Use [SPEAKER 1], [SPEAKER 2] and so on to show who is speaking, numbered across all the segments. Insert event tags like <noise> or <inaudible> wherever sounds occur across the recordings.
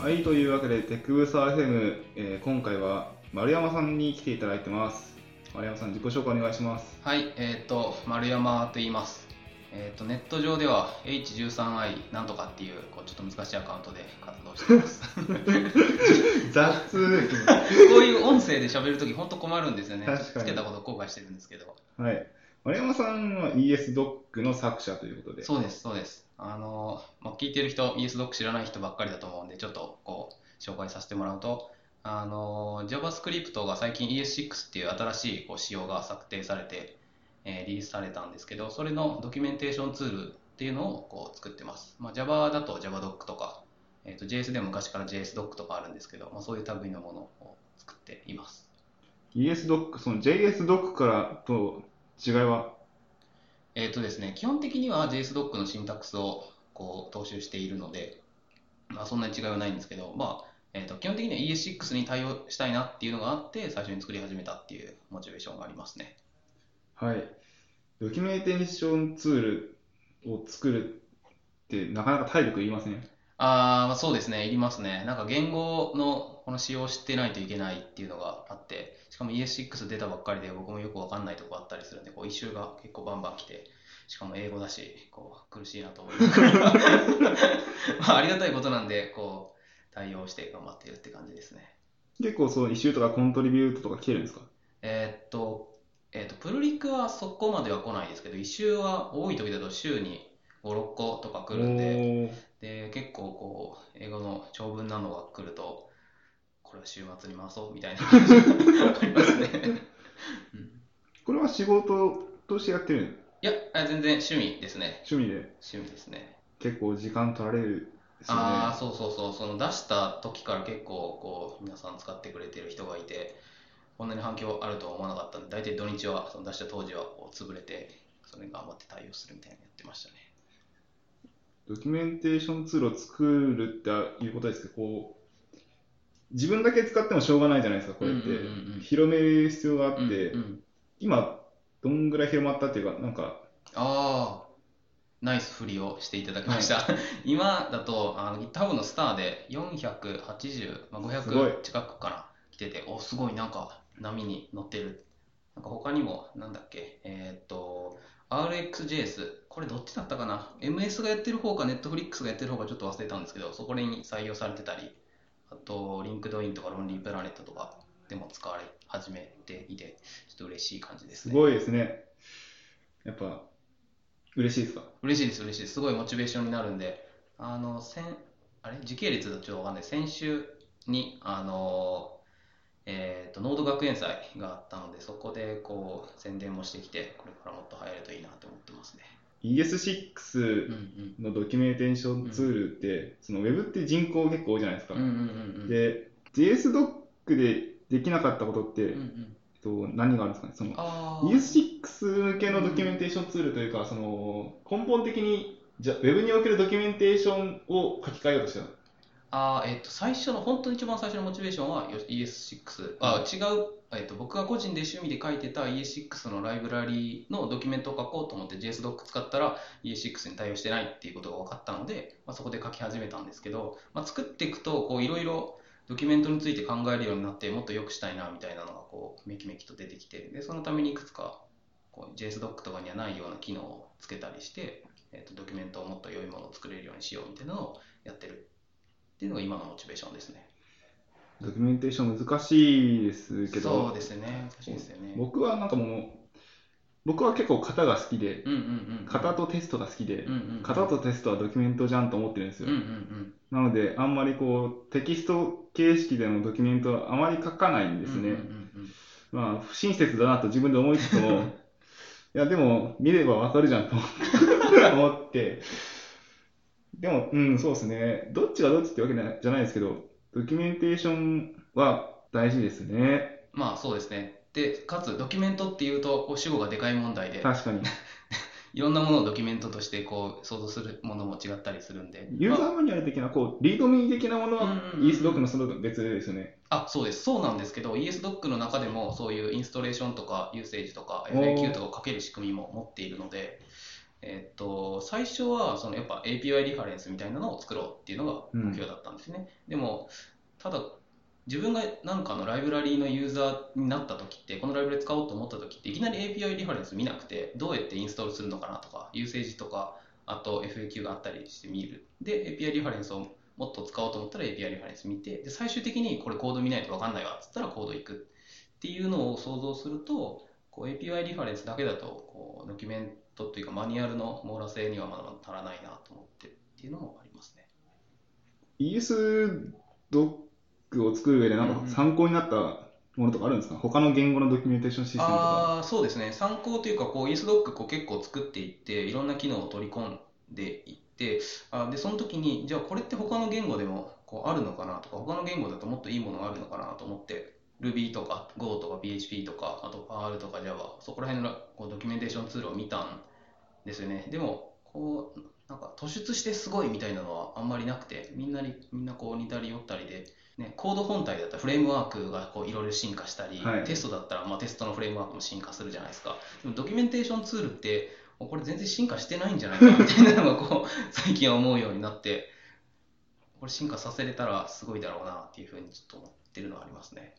[SPEAKER 1] はい、というわけで、テックブースター FM、えー今回は丸山さんに来ていただいてます。丸山さん、自己紹介お願いします。
[SPEAKER 2] はい、えっ、と、丸山と言います。えっ、と、ネット上では H13I なんとかっていう、こうちょっと難しいアカウントで活動して
[SPEAKER 1] <laughs>
[SPEAKER 2] ます。
[SPEAKER 1] 雑
[SPEAKER 2] こういう音声で喋るとき、本当困るんですよね。
[SPEAKER 1] 確かに
[SPEAKER 2] つけたこと後悔してるんですけど。
[SPEAKER 1] <laughs> はい。丸山さんは ESDoc の作者ということで。
[SPEAKER 2] そうです、そうです。あの、まあ、聞いてる人、ESDoc 知らない人ばっかりだと思うんで、ちょっとこう、紹介させてもらうと、あの、JavaScript が最近 ES6 っていう新しいこう仕様が策定されて、えーリリースされたんですけど、それのドキュメンテーションツールっていうのをこう作ってます。まあ、Java だと JavaDoc とか、えーと JS でも昔から JSDoc とかあるんですけど、まあ、そういう類のものを作っています。
[SPEAKER 1] ESDoc、その JSDoc からと違いは、
[SPEAKER 2] えーとですね、基本的には JSDoc のシンタックスをこう踏襲しているので、まあ、そんなに違いはないんですけど、まあえー、と基本的には ES6 に対応したいなっていうのがあって、最初に作り始めたっていうモチベーションがありますね。
[SPEAKER 1] はい。ドキュメンテーションツールを作るってなかなか体力いりません。
[SPEAKER 2] あーまあ、そうですね、いりますね。なんか言語のこの仕様を知ってないといけないっていうのがあって、しかも ES6 出たばっかりで僕もよくわかんないとこあったりするんで、こう一周が結構バンバン来て、しかも英語だし、こう苦しいなと思いながら <laughs> まあ、ありがたいことなんで、こう対応して頑張っているって感じですね。
[SPEAKER 1] 結構そのイシューとかコントリビュートとか来てるんですか
[SPEAKER 2] えーっと、えーっと、プルリクはそこまでは来ないですけど、一周は多い時だと週に5、6個とか来るんで、で、結構こう、英語の長文なのが来ると、これは週末に回そうみた
[SPEAKER 1] <laughs>
[SPEAKER 2] いな感じがありますね。うん
[SPEAKER 1] これは仕事としてやってる
[SPEAKER 2] いや、あ全然趣味ですね。
[SPEAKER 1] 趣味で
[SPEAKER 2] 趣味ですね。
[SPEAKER 1] 結構時間取られるんですよね。
[SPEAKER 2] ああ、そうそうそう、その出した時から結構こう、皆さん使ってくれてる人がいて、こんなに反響あるとは思わなかったんで、大体土日は、その出した当時はこう潰れて、それに頑張って対応するみたいなのやってましたね。
[SPEAKER 1] ドキュメンテーションツールを作るっていうことですけど、こう、自分だけ使ってもしょうがないじゃないですか、こうやって
[SPEAKER 2] うんうんうんうん。
[SPEAKER 1] 広める必要があって、
[SPEAKER 2] うんうん
[SPEAKER 1] 今、どんぐらい広まったっていうか、なんか、
[SPEAKER 2] ああ、ナイス振りをしていただきました。 <laughs> 今だとあの GitHub のスターで480、まあ、
[SPEAKER 1] すごい
[SPEAKER 2] 500近くから来てて、お、すごい、なんか波に乗ってる。なんか他にも、なんだっけ、えーっと、RxJS、これどっちだったかな ?MS がやってる方か Netflix がやってる方かちょっと忘れたんですけど、そこに採用されてたり、あと、LinkedIn とか LonelyPlanet とかでも使われ始めていて、ちょっと嬉しい感じです
[SPEAKER 1] す
[SPEAKER 2] ね。
[SPEAKER 1] ごいですね。やっぱ、嬉しいですか
[SPEAKER 2] 嬉しいです、嬉しいです。すごいモチベーションになるんで、あの、先、あれ時系列だとちょっとわかんない。先週に、あの、えっと、ノード学園祭があったので、そこでこう、宣伝もしてきて、これからもっと流行るといいなと思ってますね。うん
[SPEAKER 1] ?ES6
[SPEAKER 2] うん。
[SPEAKER 1] のドキュメンテーションツールって、その Web って人口結構多いじゃないですか。
[SPEAKER 2] うんうんうんうん。
[SPEAKER 1] で、JSDoc でできなかったことって、
[SPEAKER 2] うんう
[SPEAKER 1] えっ
[SPEAKER 2] ん。
[SPEAKER 1] と、何があるんですかねその
[SPEAKER 2] あー
[SPEAKER 1] ES6 向けのドキュメンテーションツールというか、その根本的にじゃ Web におけるドキュメンテーションを書き換えようとしたの
[SPEAKER 2] あーえっと、最初の、本当に一番最初のモチベーションはよ ES6、あ、違う、えっと、僕が個人で趣味で書いてた ES6 のライブラリーのドキュメントを書こうと思って JSDoc 使ったら ES6 に対応してないっていうことが分かったので、まあ、そこで書き始めたんですけど、まあ、作っていくと、こう、いろいろドキュメントについて考えるようになって、もっと良くしたいなみたいなのが、こう、めきめきと出てきて、で、そのためにいくつか、こう、JSDoc とかにはないような機能をつけたりして、えっと、ドキュメントをもっと良いものを作れるようにしようみたいなのをやってるっていうのが今のモチベーションですね。
[SPEAKER 1] ドキュメンテーション難しいですけ
[SPEAKER 2] そう
[SPEAKER 1] ど、
[SPEAKER 2] ですね。難しいですよね。
[SPEAKER 1] 僕はなんかもう、僕は結構型が好きで、
[SPEAKER 2] うんうんうん。
[SPEAKER 1] 型とテストが好きで
[SPEAKER 2] うん、うんうん。
[SPEAKER 1] 型とテストはドキュメントじゃんと思ってるんです
[SPEAKER 2] うん
[SPEAKER 1] よ
[SPEAKER 2] う。ん
[SPEAKER 1] なので、あんまりこう、テキスト形式でのドキュメントはあまり書かないん
[SPEAKER 2] うん。
[SPEAKER 1] ですね。
[SPEAKER 2] うんうんうんうん
[SPEAKER 1] まあ、不親切だなと自分で思いつつ
[SPEAKER 2] <laughs>
[SPEAKER 1] も、いや、でも、見ればわかるじゃんと思って、でも、うん、そうですね。どっちがどっちってわけなじゃないですけど、ドキュメンテーションは大事ですね。
[SPEAKER 2] まあそうですね。で、かつドキュメントっていうと、こう主語がでかい問題で、
[SPEAKER 1] 確かに。
[SPEAKER 2] いろんなものをドキュメントとしてこう想像するものも違ったりするんで。
[SPEAKER 1] ユーザ
[SPEAKER 2] ま
[SPEAKER 1] ーマニュアル的な、こう、リードミー的なもの
[SPEAKER 2] うん
[SPEAKER 1] は、
[SPEAKER 2] うんうん
[SPEAKER 1] ESDoc のその別ですよね。
[SPEAKER 2] あ、あ、そうです。そうなんですけど、ESDoc の中でもそういうインストレーションとか、ユーセージとか、
[SPEAKER 1] おー
[SPEAKER 2] FAQ とかをかける仕組みも持っているので、えっと、最初はそのやっぱ API リファレンスみたいなのを作ろうっていうのが
[SPEAKER 1] うん
[SPEAKER 2] 目標だったんですね。でも、ただ、自分がなんかのライブラリーのユーザーになった時って、このライブラリ使おうと思った時って、いきなり API リファレンス見なくて、どうやってインストールするのかなとか、ユーセージとか、あと FAQ があったりして見る。で、API リファレンスをもっと使おうと思ったら API リファレンス見て、で、最終的にこれコード見ないと分かんないわっつったらコード行くっていうのを想像すると、こう API リファレンスだけだとこうドキュメントというかマニュアルの網羅性にはまだまだ足らないなと思ってっていうのもありますね。
[SPEAKER 1] ES ドックを作る上でなん
[SPEAKER 2] うんう
[SPEAKER 1] か
[SPEAKER 2] ん
[SPEAKER 1] 参考になったものとかあるんですか他の言語のドキュメンテーションシステムとか。
[SPEAKER 2] ああーそうですね参考というかこう ESDoc こう結構作っていっていろんな機能を取り込んでいってあーでその時にじゃあこれって他の言語でもこうあるのかなとか他の言語だともっといいものがあるのかなと思って Ruby とか Go とか PHP とかあと Perl とか Java そこら辺のこうドキュメンテーションツールを見たんですよねでもこうなんか突出してすごいみたいなのはあんまりなくてみんなにみんなこう似たり寄ったりで、ね、コード本体だったらフレームワークがこういろいろ進化したり、
[SPEAKER 1] はい
[SPEAKER 2] テストだったらまあテストのフレームワークも進化するじゃないですかでもドキュメンテーションツールってもうこれ全然進化してないんじゃないかみたいなのがこう <laughs> 最近は思うようになってこれ進化させれたらすごいだろうなっていうふうにちょっと思ってるのはありますね。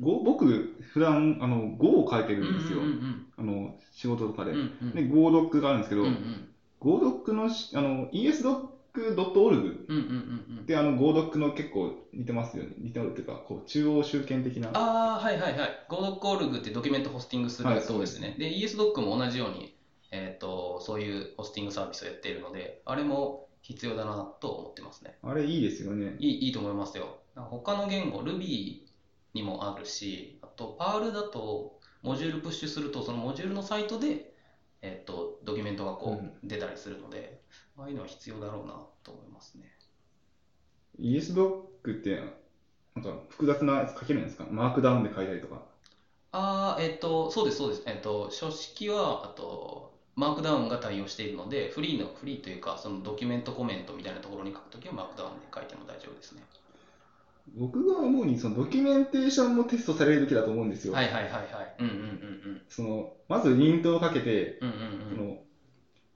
[SPEAKER 1] Go 僕、普段あの Go を書いて
[SPEAKER 2] うんう
[SPEAKER 1] るんですよ。
[SPEAKER 2] ん
[SPEAKER 1] あの仕事とかで。
[SPEAKER 2] うんう
[SPEAKER 1] で、
[SPEAKER 2] んうんうん
[SPEAKER 1] Go ドックがあるんですけ
[SPEAKER 2] う
[SPEAKER 1] ど、
[SPEAKER 2] んうん
[SPEAKER 1] Go ドックのしあの ESDoc.org
[SPEAKER 2] うんうんうんうん
[SPEAKER 1] であの Go ドックの結構似てますよね。似てるっていうか、こう中央集権的な。
[SPEAKER 2] ああ、はいはいはい。Go.org ってドキュメントホスティングする
[SPEAKER 1] はい
[SPEAKER 2] そうですね。で、ESDoc も同じように、えっと、そういうホスティングサービスをやっているので、あれも必要だなと思ってますね。
[SPEAKER 1] あれいいですよね。
[SPEAKER 2] いいいいと思いますよ。なんか他の言語、Ruby にもあるし、あと Perl だと、モジュールプッシュすると、そのモジュールのサイトで、えっと、ドキュメントがこ
[SPEAKER 1] うん
[SPEAKER 2] う出たりするので、ああいうのは必要だろうなと思いますね。
[SPEAKER 1] ESDoc ってなんか複雑なやつ書けるんですかマークダウンで書いたりとか。
[SPEAKER 2] ああ、えっと、そうです、そうです。えっと、書式は、あと、マークダウンが対応しているので、フリーの、フリーというか、そのドキュメントコメントみたいなところに書くときは、マークダウンで書いても大丈夫ですね。
[SPEAKER 1] 僕が思うに、そのドキュメンテーションもテストされるべきだと思うんですよ。
[SPEAKER 2] はいはいはいはい。うんうんうん
[SPEAKER 1] そのまずリントをかけて、
[SPEAKER 2] うん。うんうんう
[SPEAKER 1] そ
[SPEAKER 2] ん
[SPEAKER 1] の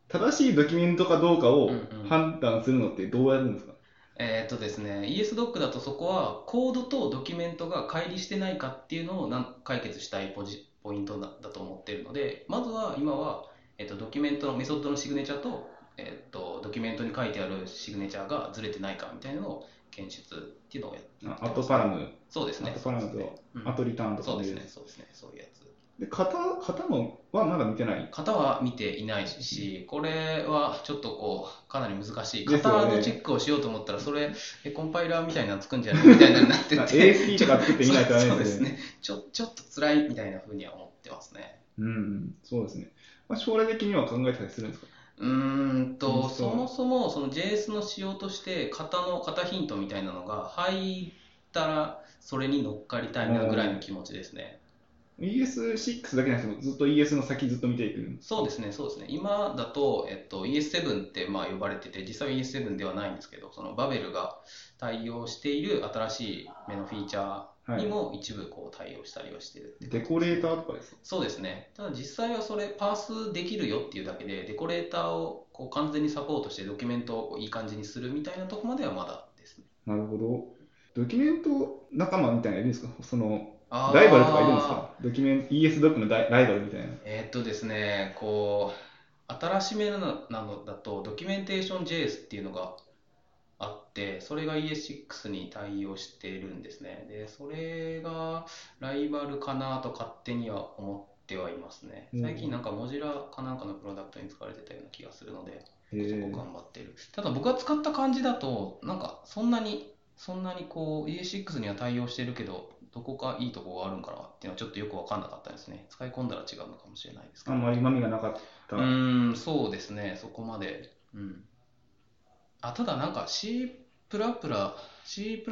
[SPEAKER 1] 正しいドキュメントかどうかを
[SPEAKER 2] うんうん
[SPEAKER 1] 判断するのってどうやるんですか、
[SPEAKER 2] えーっとですね、ESDoc だとそこはコードとドキュメントが乖離してないかっていうのをなん解決したいポジポイントだだと思っているので、まずは今は、えっとドキュメントのメソッドのシグネチャーと,、えっとドキュメントに書いてあるシグネチャーがずれてないかみたいなのを検出っていうのをやって
[SPEAKER 1] あアットパラム、
[SPEAKER 2] そうですね。
[SPEAKER 1] アットパラム
[SPEAKER 2] そうです
[SPEAKER 1] と、
[SPEAKER 2] ね
[SPEAKER 1] アットリターン
[SPEAKER 2] うん
[SPEAKER 1] と
[SPEAKER 2] そ
[SPEAKER 1] か
[SPEAKER 2] う
[SPEAKER 1] で
[SPEAKER 2] ですね、そうですね、そういうやつ。
[SPEAKER 1] で型型もはまだ見てない。
[SPEAKER 2] 型は見ていないし、これはちょっとこう、かなり難しい。
[SPEAKER 1] ですよね
[SPEAKER 2] 型のチェックをしようと思ったら、それ、えコンパイラーみたいなの作るんじゃないみたいなのになって
[SPEAKER 1] まあ
[SPEAKER 2] て、
[SPEAKER 1] AST とか作ってみないとダメ
[SPEAKER 2] <laughs> そう
[SPEAKER 1] で
[SPEAKER 2] ですす
[SPEAKER 1] ね。
[SPEAKER 2] ね。ちょ、ちょっと辛いみたいな風には思ってますね。
[SPEAKER 1] うんうん、そうですね。まあ、将来的には考えたりするんですか
[SPEAKER 2] うーんと、
[SPEAKER 1] そう
[SPEAKER 2] そもそもその JS の仕様として型の型ヒントみたいなのが入ったらそれに乗っかりたいなぐらいの気持ちですね。
[SPEAKER 1] ?ES6 だけじゃなくてもずっと ES の先ずっと見ていくんです
[SPEAKER 2] そうですね、そうですね。今だと、えっと、ES7 ってまあ呼ばれてて、実際は ES7 ではないんですけど、そのバベルが対応している新しい目のフィーチャーにも一部こう対応したりはしてるって
[SPEAKER 1] デコレーターとかですか
[SPEAKER 2] そうですね。ただ実際はそれパースできるよっていうだけで、デコレーターをこう完全にサポートしてドキュメントをこういい感じにするみたいなとこまではまだですね。
[SPEAKER 1] なるほど。ドキュメント仲間みたいなのいるんですかその
[SPEAKER 2] あー
[SPEAKER 1] ライバルとかいるんですかドキュメン ES ドックのライライバルみたいな。
[SPEAKER 2] えーっとですね、こう、新しめなのなのだと、ドキュメンテーション JS っていうのがあって、それが ES6 に対応しているんですね。で、それがライバルかなと勝手には思ってはいますね
[SPEAKER 1] う。ん
[SPEAKER 2] 最近なんかモジュラかなんかのプロダクトに使われてたような気がするので、
[SPEAKER 1] へ
[SPEAKER 2] そこ
[SPEAKER 1] ー
[SPEAKER 2] 頑張ってる。ただ僕が使った感じだと、なんかそんなに、そんなにこう EA6 には対応してるけど、どこかいいとこがあるんかなっていうのはちょっとよくわかんなかったですね。使い込んだら違うのかもしれないですけ
[SPEAKER 1] あ
[SPEAKER 2] ど。
[SPEAKER 1] んまりうまみがなかった。
[SPEAKER 2] うーん、そうですね、そこまで。うん。あ、ただなんか C++、C++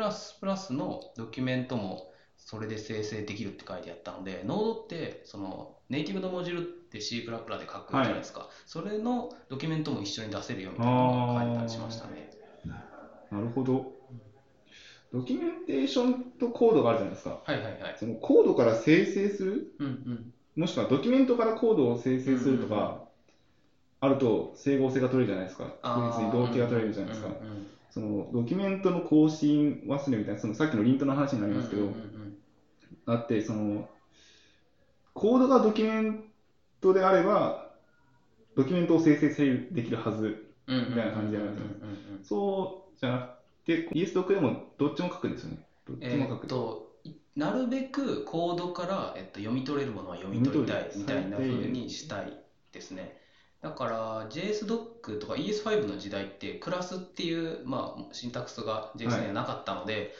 [SPEAKER 2] のドキュメントもそれで生成できるって書いてあったので、ノードってそのネイティブのモジュールって C++ で書くじゃないですか。それのドキュメントも一緒に出せるよみたいなのが書いてたりしましたね。
[SPEAKER 1] なるほど。ドキュメンテーションとコードがあるじゃないですか。
[SPEAKER 2] はいはいはい。
[SPEAKER 1] そのコードから生成する
[SPEAKER 2] うんうん。
[SPEAKER 1] もしくはドキュメントからコードを生成するとか、あると整合性が取れるじゃないですか。確
[SPEAKER 2] あ
[SPEAKER 1] 実
[SPEAKER 2] ー
[SPEAKER 1] に動機が取れるじゃないですか。
[SPEAKER 2] うんうん
[SPEAKER 1] そのドキュメントの更新忘れみたいな、そのさっきのリントの話になりますけど、
[SPEAKER 2] うんうんうん
[SPEAKER 1] あって、その、コードがドキュメントであれば、ドキュメントを生成できるはず。
[SPEAKER 2] うんうんうん
[SPEAKER 1] みたいな感じでやるんですよそうじゃなくて、イエスドクでもどっちも書くんですよね。どっち
[SPEAKER 2] え
[SPEAKER 1] も書
[SPEAKER 2] ーっ
[SPEAKER 1] く。
[SPEAKER 2] といなるべくコードから、えっと、読み取れるものは読み取りたいみたいな風にしたいですね。だから JSDoc とか ES5 の時代ってクラスっていう、まあ、シンタクスが JS にはなかったので、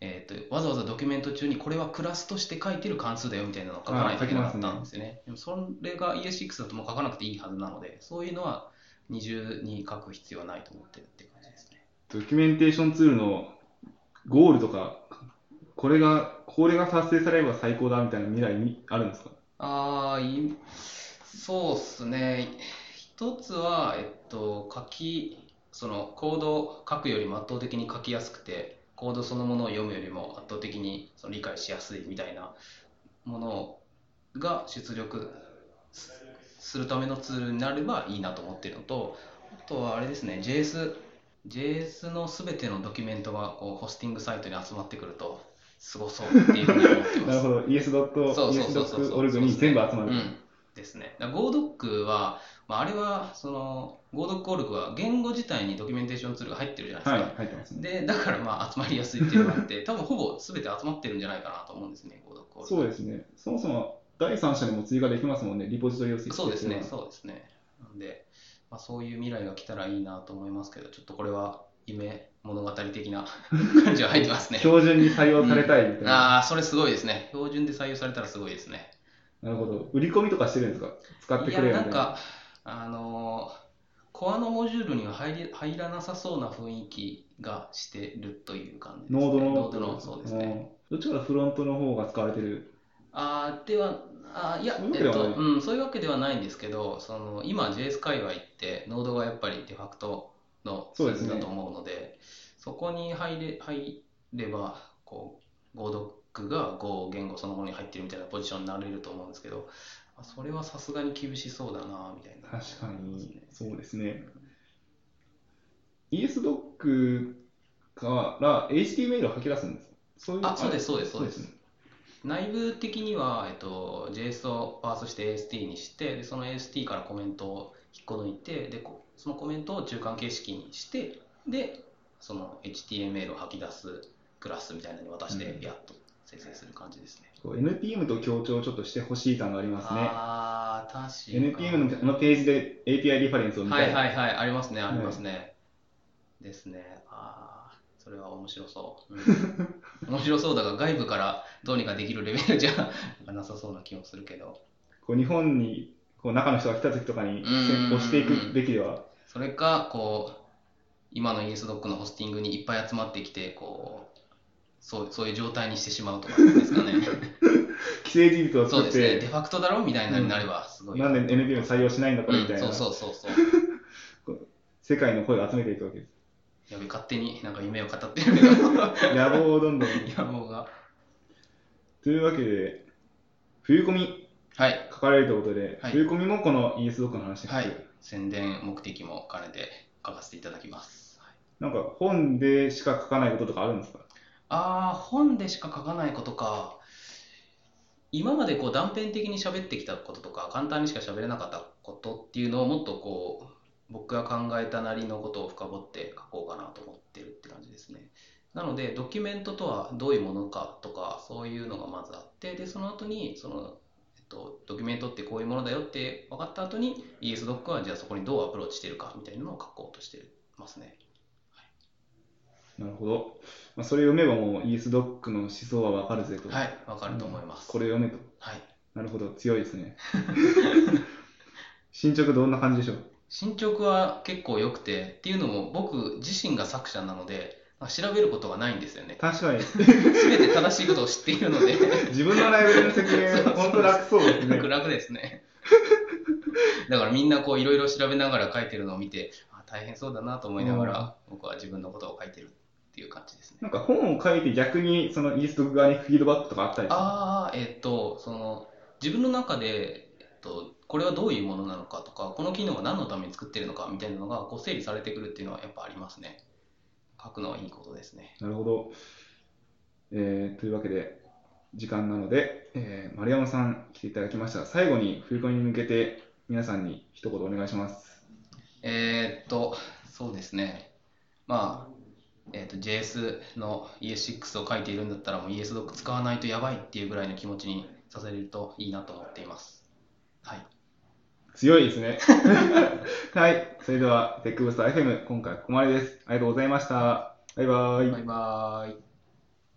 [SPEAKER 2] えーっとわざわざドキュメント中にこれはクラスとして書いてる関数だよみたいなのを書かないといけなかったんですよね。でもそれが ES6 だともう書かなくていいはずなのでそういうのは二重に書く必要はないと思ってるって感じですね。
[SPEAKER 1] ドキュメンテーションツールのゴールとか、これが、これが達成されれば最高だみたいな未来にあるんですか
[SPEAKER 2] ああ、いそうっすね。一つは、えっと、書き、そのコードを書くよりも圧倒的に書きやすくて、コードそのものを読むよりも圧倒的にその理解しやすいみたいなものが出力すするためのツールになればいいなと思ってるのと、あとはあれですね、JS、JS のすべてのドキュメントがこうホスティングサイトに集まってくると、すごそうっていうふうに思ってま
[SPEAKER 1] な <laughs> る
[SPEAKER 2] す
[SPEAKER 1] ほ。ど、
[SPEAKER 2] そうそうそうそう
[SPEAKER 1] ES.ES.org に全部集まる
[SPEAKER 2] う。ん、ですね。だから GoDoc は、まあ、あれは、その、GoDoc.org は言語自体にドキュメンテーションツールが入ってるじゃないです
[SPEAKER 1] は
[SPEAKER 2] か。
[SPEAKER 1] い、入ってますね。
[SPEAKER 2] で、だからまあ集まりやすいっていうのがあって、 <laughs> 多分ほぼ全て集まってるんじゃないかなと思うんですね、GoDoc.org。
[SPEAKER 1] そうですね。そもそも第三者でも追加できますもんね、リポジトリを設定
[SPEAKER 2] そうですね、
[SPEAKER 1] すれば
[SPEAKER 2] そうですね。なんで、まあ、そういう未来が来たらいいなと思いますけど、ちょっとこれは夢物語的な <laughs> 感じは入ってますね。
[SPEAKER 1] 標準に採用されたいみたいな。
[SPEAKER 2] ああ、それすごいですね。標準で採用されたらすごいですね。
[SPEAKER 1] なるほど。売り込みとかしてるんですか使ってく
[SPEAKER 2] いや
[SPEAKER 1] れよ
[SPEAKER 2] な
[SPEAKER 1] みた
[SPEAKER 2] ん
[SPEAKER 1] いな。
[SPEAKER 2] かあのーコアのモジュールには入り入らなさそうな雰囲気がしてるという感じです、ね、
[SPEAKER 1] ノードの。
[SPEAKER 2] ノードのそうですね
[SPEAKER 1] うん。どっちからフロントの方が使われてる。
[SPEAKER 2] あーではあーいや
[SPEAKER 1] そういうわけ
[SPEAKER 2] え
[SPEAKER 1] で
[SPEAKER 2] っ
[SPEAKER 1] はない
[SPEAKER 2] とうん、そういうわけではないんですけどその今 JS 界隈ってノードがやっぱりデファクトの
[SPEAKER 1] そうですね
[SPEAKER 2] だと思うのでそこに入れ入ればこう GoDoc が Go 言語そのものに入ってるみたいなポジションになれると思うんですけどあそれはさすがに厳しそうだなみたいな
[SPEAKER 1] 確かに、そうですね。ESDoc から HTML を吐き出すんですかそういう
[SPEAKER 2] あ、そうです、
[SPEAKER 1] す。
[SPEAKER 2] そうです、
[SPEAKER 1] そ
[SPEAKER 2] そう
[SPEAKER 1] う
[SPEAKER 2] で。
[SPEAKER 1] ですすね。
[SPEAKER 2] 内部的には、えっと、JS をパースして AST にして、で、その AST からコメントを引っこ抜いて、で、こそのコメントを中間形式にして、で、その HTML を吐き出すクラスみたいなのに渡して
[SPEAKER 1] う、ん
[SPEAKER 2] やっと生成する感じですね。
[SPEAKER 1] こう NPM と協調をちょっとしてほしい感がありますね。
[SPEAKER 2] ああ、確かに。
[SPEAKER 1] NPM のあのページで API リファレンスを見た
[SPEAKER 2] はい
[SPEAKER 1] い。
[SPEAKER 2] はいはい、ありますね、ありますね。ですね。ああ、それは面白そう。
[SPEAKER 1] <laughs>
[SPEAKER 2] うん面白そうだが、外部からどうにかできるレベルじゃなんかなさそうな気もするけど。
[SPEAKER 1] こう日本にこう中の人が来た時とかに
[SPEAKER 2] んうんうん
[SPEAKER 1] 押していくべきでは、
[SPEAKER 2] それか、こう、今の ESDoc のホスティングにいっぱい集まってきて、こう、そうそういう状態にしてしまうとかで
[SPEAKER 1] <laughs>
[SPEAKER 2] すかね。
[SPEAKER 1] 既成事実を
[SPEAKER 2] そ
[SPEAKER 1] 作
[SPEAKER 2] うで
[SPEAKER 1] っ
[SPEAKER 2] すね。デ
[SPEAKER 1] て、
[SPEAKER 2] ファクトだろみたいなのになれば、すごい。
[SPEAKER 1] なんで NPM 採用しないんだこれみたい
[SPEAKER 2] うん
[SPEAKER 1] な、
[SPEAKER 2] そうそうそうそう。
[SPEAKER 1] 世界の声を集めていくわけで
[SPEAKER 2] やべ、勝手になんか夢を語ってるけど、 <laughs>
[SPEAKER 1] す。野望をどんどん。
[SPEAKER 2] 野望が。
[SPEAKER 1] というわけで、冬コミ
[SPEAKER 2] はい。
[SPEAKER 1] 書かれるということで、
[SPEAKER 2] はい
[SPEAKER 1] 冬コミもこの ESDoc の話です。
[SPEAKER 2] はい、宣伝目的も兼ねて書かせていただきます。はい
[SPEAKER 1] なんか本でしか書かないこととかあるんですか
[SPEAKER 2] ああ、本でしか書かないことか。今までこう断片的に喋ってきたこととか、簡単にしか喋れなかったことっていうのをもっとこう、僕が考えたなりのことを深掘って書こうかなと思ってるって感じですね。なので、ドキュメントとはどういうものかとか、そういうのがまずあって、で、その後に、その、えっと、ドキュメントってこういうものだよって分かった後に、ESDoc はじゃあそこにどうアプローチしてるかみたいなのを書こうとしてますね。
[SPEAKER 1] なるほど。まあ、それ読めばもう ESDoc の思想はわかるぜと。
[SPEAKER 2] はい、わかると思います。
[SPEAKER 1] これ読めと。
[SPEAKER 2] はい。
[SPEAKER 1] なるほど、強いです
[SPEAKER 2] <laughs>
[SPEAKER 1] ね。進捗どんな感じでしょう
[SPEAKER 2] 進捗は結構良くてっていうのも僕自身が作者なのでまあ調べることがないんですよね
[SPEAKER 1] 確かに、
[SPEAKER 2] 全て正しいことを知っているので
[SPEAKER 1] 自分のライブラリの説
[SPEAKER 2] <laughs> そうそ
[SPEAKER 1] 明、
[SPEAKER 2] う
[SPEAKER 1] 本当楽そうですね。
[SPEAKER 2] 楽ですねだからみんなこういろいろ調べながら書いてるのを見てあ大変そうだなと思いながら僕は自分のことを書いてるっていう感じですね
[SPEAKER 1] なんか本を書いて逆にそのイースト側にフィードバックとかあったりする
[SPEAKER 2] ああえっとその自分の中で、えっと、これはどういうものなのかとか、この機能が何のために作ってるのかみたいなのがこう整理されてくるっていうのはやっぱありますね。書くのはいいことですね。
[SPEAKER 1] なるほど。えーというわけで、時間なので、えー丸山さん来ていただきました。最後に振り込みに向けて、皆さんに一言お願いします。
[SPEAKER 2] えーっと、そうですね。まあ、えーっと、JS の ES6 を書いているんだったら、もう ESDoc 使わないとやばいっていうぐらいの気持ちにさせるといいなと思っています。はい。
[SPEAKER 1] 強いですね。はい。それでは、テックブースター FM、今回はここまでです。ありがとうございました。バイバイ。
[SPEAKER 2] バイバーイ。